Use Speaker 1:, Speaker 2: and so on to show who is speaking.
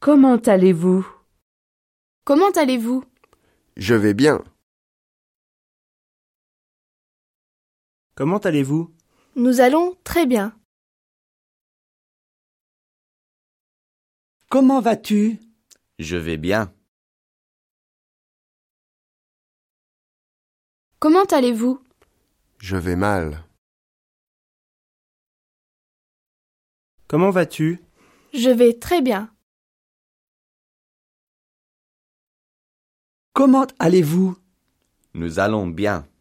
Speaker 1: Comment allez-vous
Speaker 2: Comment allez-vous
Speaker 3: Je vais bien.
Speaker 4: Comment allez-vous
Speaker 2: Nous allons très bien.
Speaker 5: Comment vas-tu
Speaker 6: Je vais bien.
Speaker 2: Comment allez-vous
Speaker 3: Je vais mal.
Speaker 4: Comment vas-tu
Speaker 2: Je vais très bien.
Speaker 5: Comment allez-vous
Speaker 6: Nous allons bien.